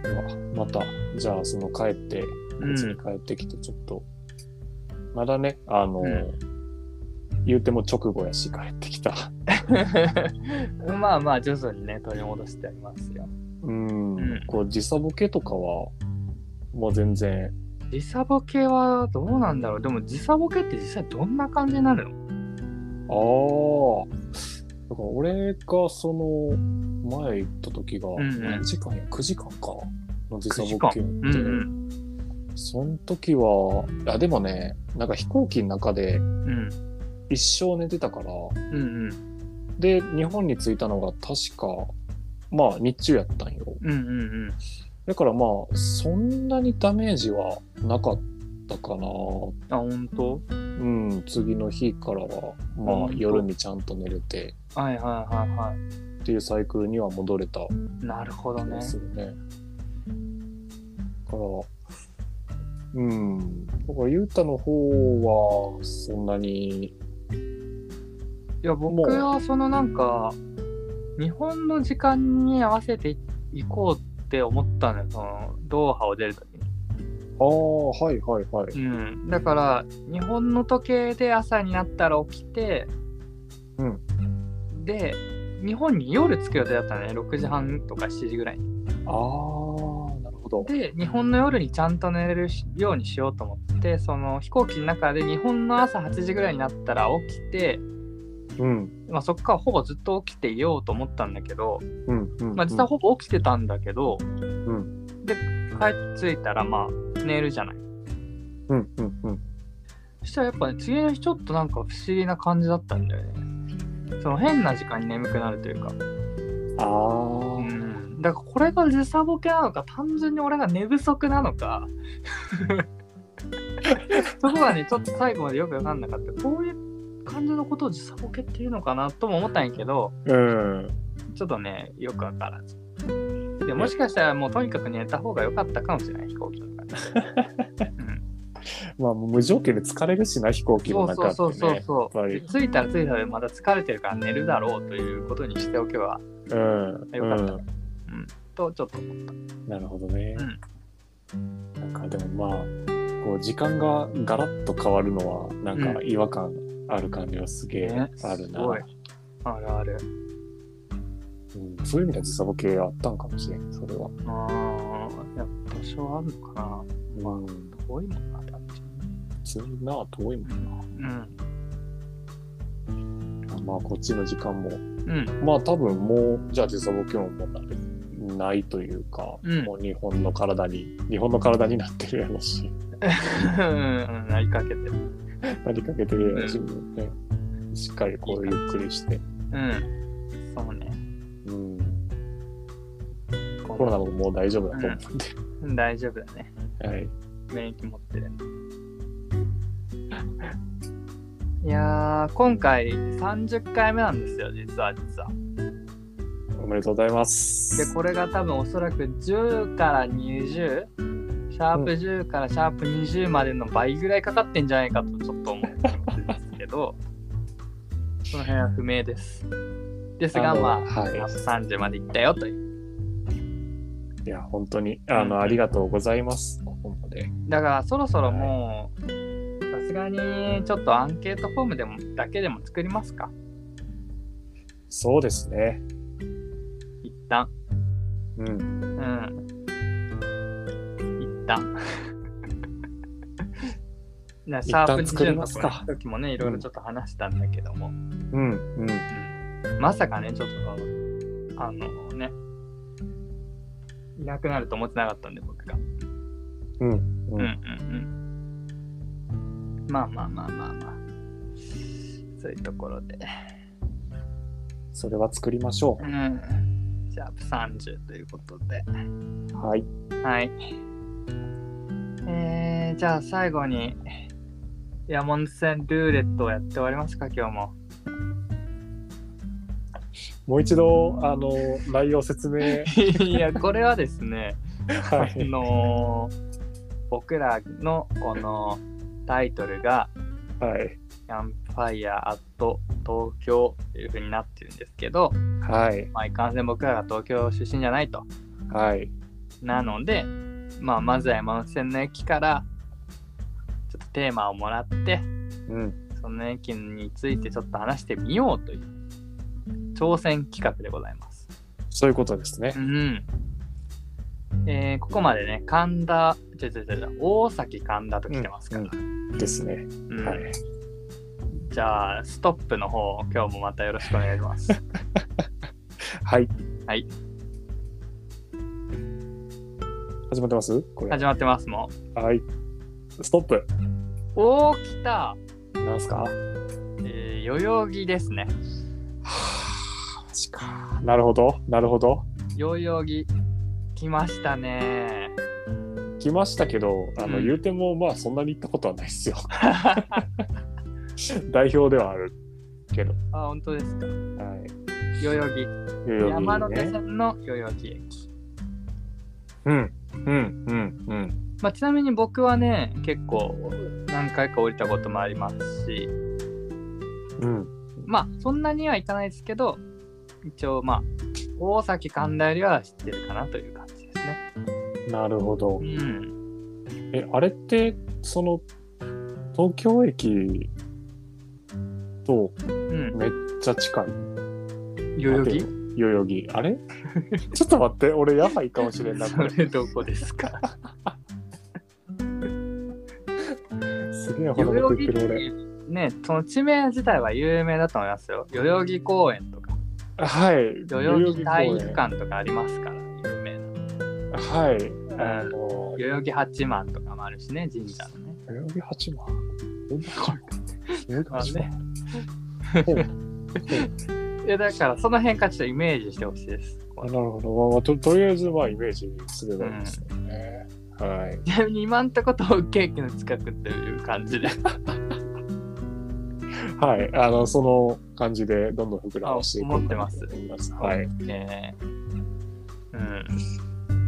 S2: ではまた、じゃあその帰って、
S1: うん
S2: 別に帰ってきてちょっと、まだね、あの、
S1: うん
S2: 言うても直後やし、帰ってきた。 [LAUGHS]
S1: [LAUGHS] まあまあ徐々にね取り戻してありますよ。
S2: うん。
S1: うん
S2: こう、時差ボケとかは、もう全然
S1: 時差ボケはどうなんだろうでも時差ボケって実際どんな感じになるの
S2: ああだから俺がその前行った時が
S1: んうん
S2: 何時間や、9時間かの時差
S1: 9時
S2: ボ
S1: 間
S2: ケって、
S1: うんうん
S2: その時はあでもねなんか飛行機の中で
S1: うん
S2: 一生寝てたから
S1: うんうん
S2: で日本に着いたのが確かまあ日中やったんよ
S1: うんうんうん
S2: だからまあそんなにダメージはなかったかな
S1: あ本当
S2: うん次の日からはまあ
S1: うん
S2: 夜にちゃんと寝れて
S1: はいはいはいは
S2: っていうサイクルには戻れた
S1: いなるほどね
S2: ですよね。だから、うん。だから、ゆうたの方は、そんなに、
S1: いや僕
S2: もう
S1: はそのなんか日本の時間に合わせていこうって思ったのよそのドーハを出るときに、
S2: ああ、はいはいはい。
S1: うん、だから日本の時計で朝になったら起きて、
S2: う
S1: で日本に夜着く予定だったのね6時半とか7時ぐらいに
S2: ああ、なるほど。
S1: で日本の夜にちゃんと寝れるようにしようと思ってその飛行機の中で日本の朝8時ぐらいになったら起きて、
S2: うん。
S1: まあ、そこからほぼずっと起きていようと思ったんだけど、
S2: うん。うん
S1: まあ、実際ほぼ起きてたんだけど、
S2: ん
S1: で帰って着いたらまあ寝るじゃない
S2: うん。うん。うん。
S1: そしたらやっぱね次の日ちょっとなんか不思議な感じだったんだよねその変な時間に眠くなるというか
S2: あ
S1: う
S2: あ、
S1: んだからこれが時差ボケなのか単純に俺が寝不足なのか [LAUGHS] そこがねちょっと最後までよく分かんなかったこういう感じのことを時差ボケっていうのかなとも思ったんやけど
S2: うん。
S1: ちょっとねよく分からずでもしかしたらもうとにかく寝た方が良かったかもしれない飛行機の中で
S2: まあ、無条件で疲れるしな、飛行機
S1: そ
S2: の
S1: う
S2: 中って、ね。
S1: そうそうそうそう、
S2: やっぱり
S1: 着いたら着いたでまた疲れてるから寝るだろうということにしておけば
S2: うん。
S1: よかった
S2: うん
S1: とちょっと思った
S2: なるほどね。
S1: うん
S2: なんか、でもまあ、こう、時間がガラッと変わるのは、なんか、違和感ある感じはすげえ
S1: ね
S2: ある
S1: す
S2: な。
S1: ごいあるある
S2: うんそういう意味では時差ボケあったんかもしれん、それは。
S1: あーやっぱ多少あるのかな
S2: うん、
S1: 遠いもんな単純
S2: 普通にな、遠いもんな。
S1: に
S2: まあ、こっちの時間も、
S1: うんうん [LAUGHS]
S2: まあ、多分もう、じゃあ時差ボケももうなないというか、
S1: うん
S2: もう日本の体に、日本の体になってるやろし、
S1: うんなりかけてる
S2: なりかけてるやろし、ねしっかりこう、
S1: いい
S2: ゆっくりして。
S1: うんそうね
S2: うん、コロナももう大丈夫だと思うんで、
S1: うん大丈夫だね
S2: はい。
S1: 免疫持ってるんでいやー今回30回目なんですよ実は実は
S2: おめでとうございま。
S1: ですこれが多分おそらく10から20シャープ10からシャープ20までの倍ぐらいかかってんじゃないかとちょっと思ってるんですけどその辺は不明ですですが
S2: あの
S1: まあ、
S2: はい
S1: シャープ30までいったよという
S2: いや、本当に、あ
S1: う
S2: の、
S1: ん
S2: ありがとうございます。ここまで。
S1: だからそろそろもうさすがにちょっとアンケートフォームでもだけでも作りますか
S2: そうですね。
S1: 一旦
S2: うん。
S1: うん一旦 [LAUGHS] なシャープ
S2: 一旦作り
S1: 20の
S2: ますか
S1: 時もねいろいろちょっと話したんだけども、
S2: うん。うん。
S1: まさかねちょっとそのあのねいなくなると思ってなかったんで僕が
S2: うん。
S1: うう
S2: うん
S1: んんうんまあまあまあまあまあそういうところで
S2: それは作りましょ
S1: うんシャープ30ということで
S2: う。はい。
S1: はい。えー、じゃあ最後に、山手線ルーレットをやって終わりますか、今日も。
S2: もう一度、あの、内容説明。
S1: [LAUGHS] い [LAUGHS] や、これはですね、
S2: は
S1: あ
S2: い。
S1: の僕らのこのタイトルが、
S2: はい。
S1: キャンプファイヤーアット東京という風になってるんですけど、
S2: はい。
S1: まあ、いかんせん僕らが東京出身じゃないと。
S2: はい。
S1: なので、まあ、まずは山手線の駅から、ちょっとテーマをもらって、
S2: うん。
S1: その駅についてちょっと話してみようという挑戦企画でございます。
S2: そういうことですね
S1: う。ん。えーここまでね、神田、違う違う違う、大崎神田と来てますから。
S2: ですね。
S1: うん
S2: はい。
S1: じゃあ、ストップの方、今日もまたよろしくお願いします。
S2: はい。
S1: はい。
S2: 始まってますこれ。
S1: 始まってますも
S2: はい。ストップ。
S1: ん。おー、来た、
S2: なんすかは
S1: えー、代々木ですね。
S2: あ、マジか。なるほど。なるほど。
S1: 代々木、来ましたね。
S2: 来ましたけど、あの、
S1: うん
S2: 言うても、まあ、そんなに行ったことはないで
S1: [LAUGHS]
S2: すよ。代表ではあるけど。
S1: あ、本当ですか。
S2: はい。
S1: 代々木、
S2: 代
S1: 山
S2: 々木
S1: 手
S2: ね。
S1: 線の代々木駅。
S2: うん。うん。うん。うん。
S1: まあ、ちなみに僕はね、結構何回か降りたこともありますし、
S2: うん。
S1: まあそんなにはいかないですけど、一応まあ、大崎神田よりは知ってるかなという感じですね。
S2: なるほど
S1: う。ん。
S2: え、あれって、その、東京駅と
S1: うん。
S2: めっちゃ近い。
S1: 代々木
S2: 代々木。あれ [LAUGHS] ちょっと待って、俺やばいかもし
S1: [LAUGHS]
S2: れんな
S1: それどこですか
S2: すげえほ
S1: [LAUGHS] 代
S2: どの
S1: 々
S2: こ
S1: 木
S2: 言
S1: っ
S2: ってる俺。
S1: てね、その地名自体は有名だと思いますよ。代々木公園とか、
S2: はい。
S1: 代々木体育館とかありますから、有名な。
S2: 代々木公園。はい。あの、
S1: 代々木八幡とかもあるしね、神社のね。
S2: 代々木八幡。代々
S1: [LAUGHS]
S2: 木
S1: まあ
S2: 八
S1: ね
S2: 幡。
S1: いやだからその辺からちょっとイメージしてほしいです。
S2: あなるほど。まあまあ、ととりあえず、まあ、イメージすればいいですよね。はい。
S1: ちなみに今んとこ東京駅の近くっていう感じで。
S2: はい。あの、その感じで、どんどん膨らましていこ
S1: あ
S2: う
S1: 思って
S2: かな
S1: ます
S2: と思います。はい。
S1: ねえうん。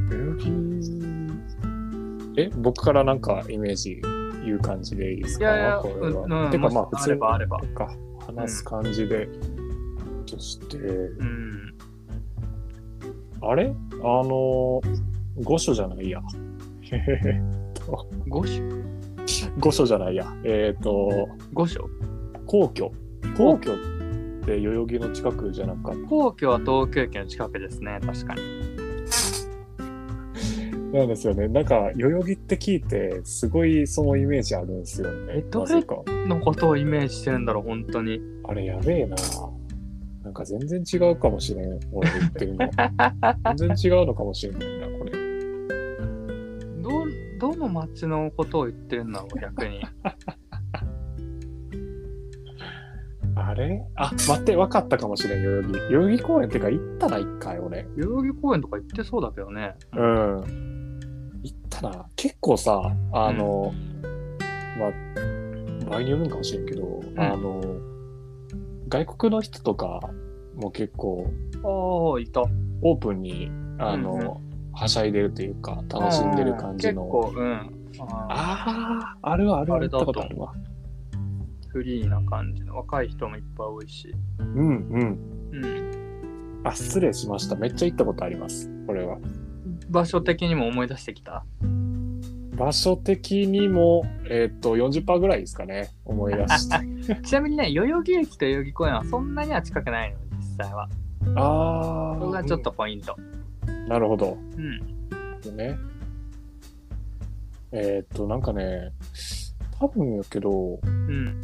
S2: 代々木え、僕からなんかイメージ言う感じでいいです
S1: い
S2: か
S1: やいや、
S2: こ
S1: う
S2: れは
S1: ん、うん
S2: てか
S1: もし
S2: まあ普
S1: あ
S2: 通
S1: ればあれば。
S2: なんか話す感じで、そして、
S1: うん。
S2: あれあの御所じゃないや。へへへ
S1: 五所
S2: 御所じゃないや。えっ、と、
S1: 五所
S2: 皇居。皇居って代々木の近くじゃなかっ
S1: 皇居は東京駅の近くですね、確かに。
S2: た。なんですよね。なんか、代々木って聞いて、すごいそのイメージあるんですよね。
S1: えどれ
S2: なぜか。
S1: のことをイメージしてるんだろう、本当に。
S2: あれやべえな。なんか全然違うかもしれん。俺言っ
S1: [LAUGHS]
S2: てるの。全然違うのかもしれないな、これ。
S1: ど、どの町のことを言ってるんだろう、逆
S2: [LAUGHS]
S1: に。
S2: あれあ、待って、分かったかもしれん、代々木。代々木公園ってか、行ったな、一回、俺。
S1: 代々木公園とか行ってそうだけどね。
S2: うん。行ったな。結構さ、あの、まあ、場合によるんかもしれんけど、
S1: ん
S2: あの、外国の人とかも結構、
S1: おー、いた。
S2: オープンに、あの、
S1: うん
S2: はしゃいでるというか、楽しんでる感じ
S1: う
S2: の。
S1: ん結構、うん。あ
S2: ああ、あるわ、あるわ、
S1: あ
S2: 行
S1: れ
S2: っ
S1: だと
S2: たことあるわ。
S1: ーフリーな感じの。若い人もいっぱい多いし。
S2: うんうん。
S1: うん。
S2: あ、失礼しました。めっちゃ行ったことあります。これは。
S1: 場所的にも思い出してきた。
S2: 場所的にも、えっと40%ぐらいですかね思い出し
S1: [LAUGHS]
S2: て
S1: ちなみにね、代々木駅と代々木公園はそんなには近くないの、実際は。
S2: ああ
S1: そこがちょっとポイント。
S2: なるほど
S1: うん。
S2: ねえっとなんかね多分やけど
S1: うん。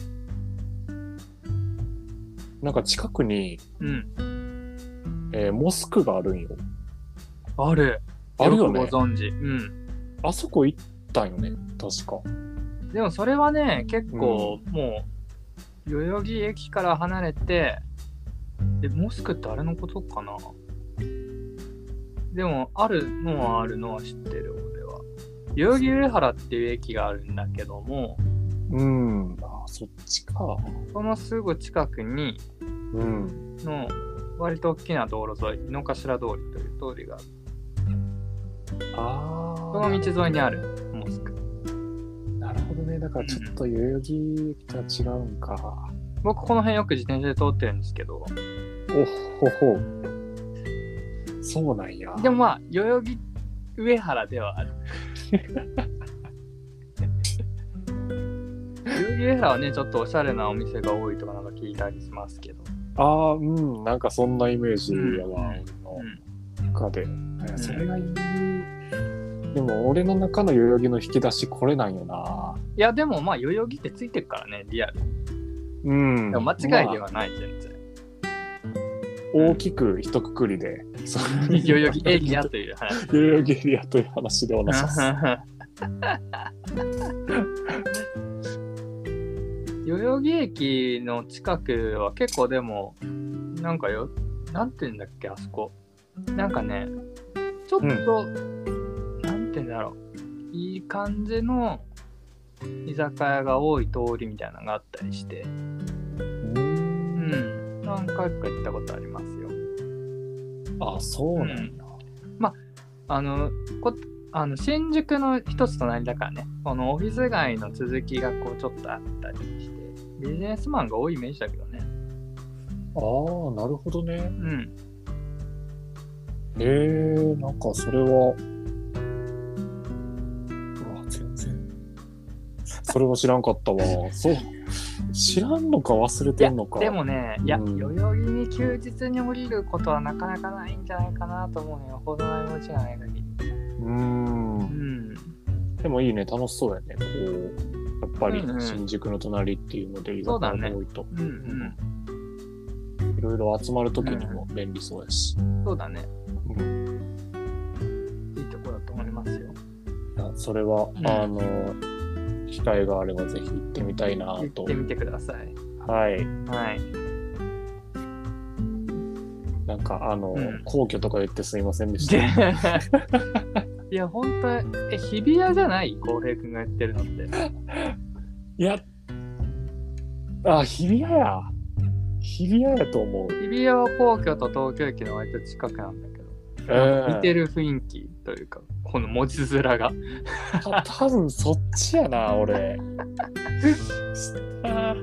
S2: なんか近くに、
S1: うん。
S2: えーモスクがあるんよ
S1: ある。
S2: あるよ
S1: よ
S2: ね
S1: くご存知。うん。
S2: あそこ行ったんよね確か
S1: でもそれはね、結構もう、代々木駅から離れて、で、モスクってあれのことかなでも、あるのはあるのは知ってる、俺は。代々木上原っていう駅があるんだけども、
S2: うんあそっちか
S1: そのすぐ近くに、
S2: うん
S1: の割と大きな道路沿い、井の頭通りという通りがあって
S2: ああ
S1: この道沿いにあるモスク。
S2: なるほどねだからちょっと代々木駅とは違うんか、
S1: 僕、この辺よく自転車で通ってるんですけど、
S2: おっほほそうなんや
S1: でもまあ、代々木上原ではある。代々木上原はね、ちょっとおしゃれなお店が多いとかなんか聞いたりしますけど。
S2: ああ、うん、なんかそんなイメージや
S1: う
S2: わ、俺の中で。えーそれがいい、でも俺の中の代々木の引き出しこれなんよない
S1: やでもまあ代々木ってついてるからねリアル
S2: うん
S1: でも間違いで
S2: まあ
S1: はない全然、
S2: 大きく一括りで、 [LAUGHS] そう
S1: [LAUGHS] 代々木エリアという話
S2: 代々木エリアという話ではなさそう
S1: [LAUGHS] 代々木駅の近くは結構でもなんかよなんて言うんだっけあそこなんかねちょっと、なんて言うんだろういい感じの居酒屋が多い通りみたいなのがあったりしてうん何回か行ったことありますよ
S2: あそうなんだ、
S1: あのこあの新宿の一つ隣だからねこのオフィス街の続きがこうちょっとあったりしてビジネスマンが多いイメージだけどね
S2: ああなるほどね
S1: うん
S2: えー、なんかそれはうわ全然それは知らんかっ
S1: [LAUGHS]
S2: たわそう知らんのか忘れてんのか
S1: でもねいや、
S2: うん
S1: 代々木に休日に降りることはなかなかないんじゃないかなと思うのよほどの用事がない限り
S2: うー
S1: うんん
S2: でもいいね楽しそうやねこうやっぱり
S1: うんうん
S2: 新宿の隣っていうので居
S1: そう
S2: 酒
S1: だね
S2: 屋が多いと、
S1: うんうん
S2: いろいろ集まるときにも便利そうやし、
S1: そうだね
S2: うん
S1: いいとこだと思いますよ
S2: いやそれは、
S1: ん
S2: あの機会があればぜひ行ってみたいな
S1: 行っ
S2: と
S1: てみてください
S2: はい
S1: はい
S2: なんかあの、
S1: うん
S2: 皇居とか言ってすいませんでした
S1: で [LAUGHS] いや本当え日比谷じゃない浩平君が言ってるのって
S2: いや、あ、日比谷や。日比谷やと思う。
S1: 日比谷は皇居と東京駅の割と近くなんだけど、似て
S2: る。
S1: る雰囲気というかこの文字面が
S2: た多分そっちや
S1: [LAUGHS]
S2: な、俺。あ、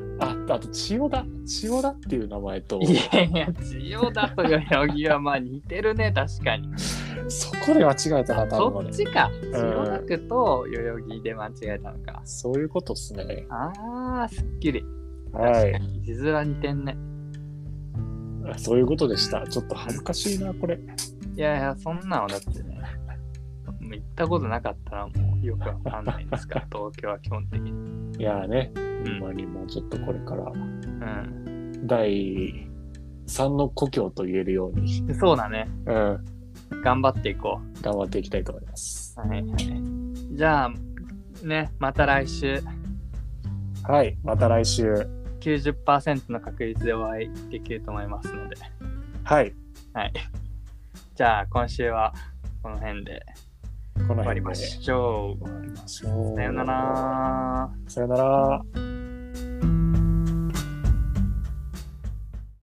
S2: あと千代田。千代田っていう名前と、
S1: いやいや千代田と代々木はまあ似てるね確かに
S2: そこで間違えたな、多分
S1: [LAUGHS] そっ
S2: 俺。
S1: ちか千代田区と代々木で間違えたのか
S2: そういうことっすね。
S1: あーすっきり
S2: は
S1: 確かに字面似てんね
S2: い。そういうことでした。ちょっと恥ずかしいな、これ。
S1: いやいやそんなのだってねもう行ったことなかったらもうよくわかんないですから東京は基本的に
S2: いやーね、
S1: う
S2: ほん
S1: ん、
S2: まにもうちょっとこれから、
S1: う
S2: 第3の故郷と言えるように、
S1: ん、そうだね
S2: うん、頑
S1: 頑張っていこう
S2: 張っていきたいと思います。
S1: はいはい。じゃあ、ね、また来週
S2: はい、また来週。
S1: 90%の確率でお会いできると思いますので、
S2: はい、
S1: じゃあ今週はこの辺で
S2: この
S1: 終わ
S2: 辺
S1: り
S2: で
S1: ましょう。
S2: 終わりましょう
S1: さよなら。
S2: さよなら。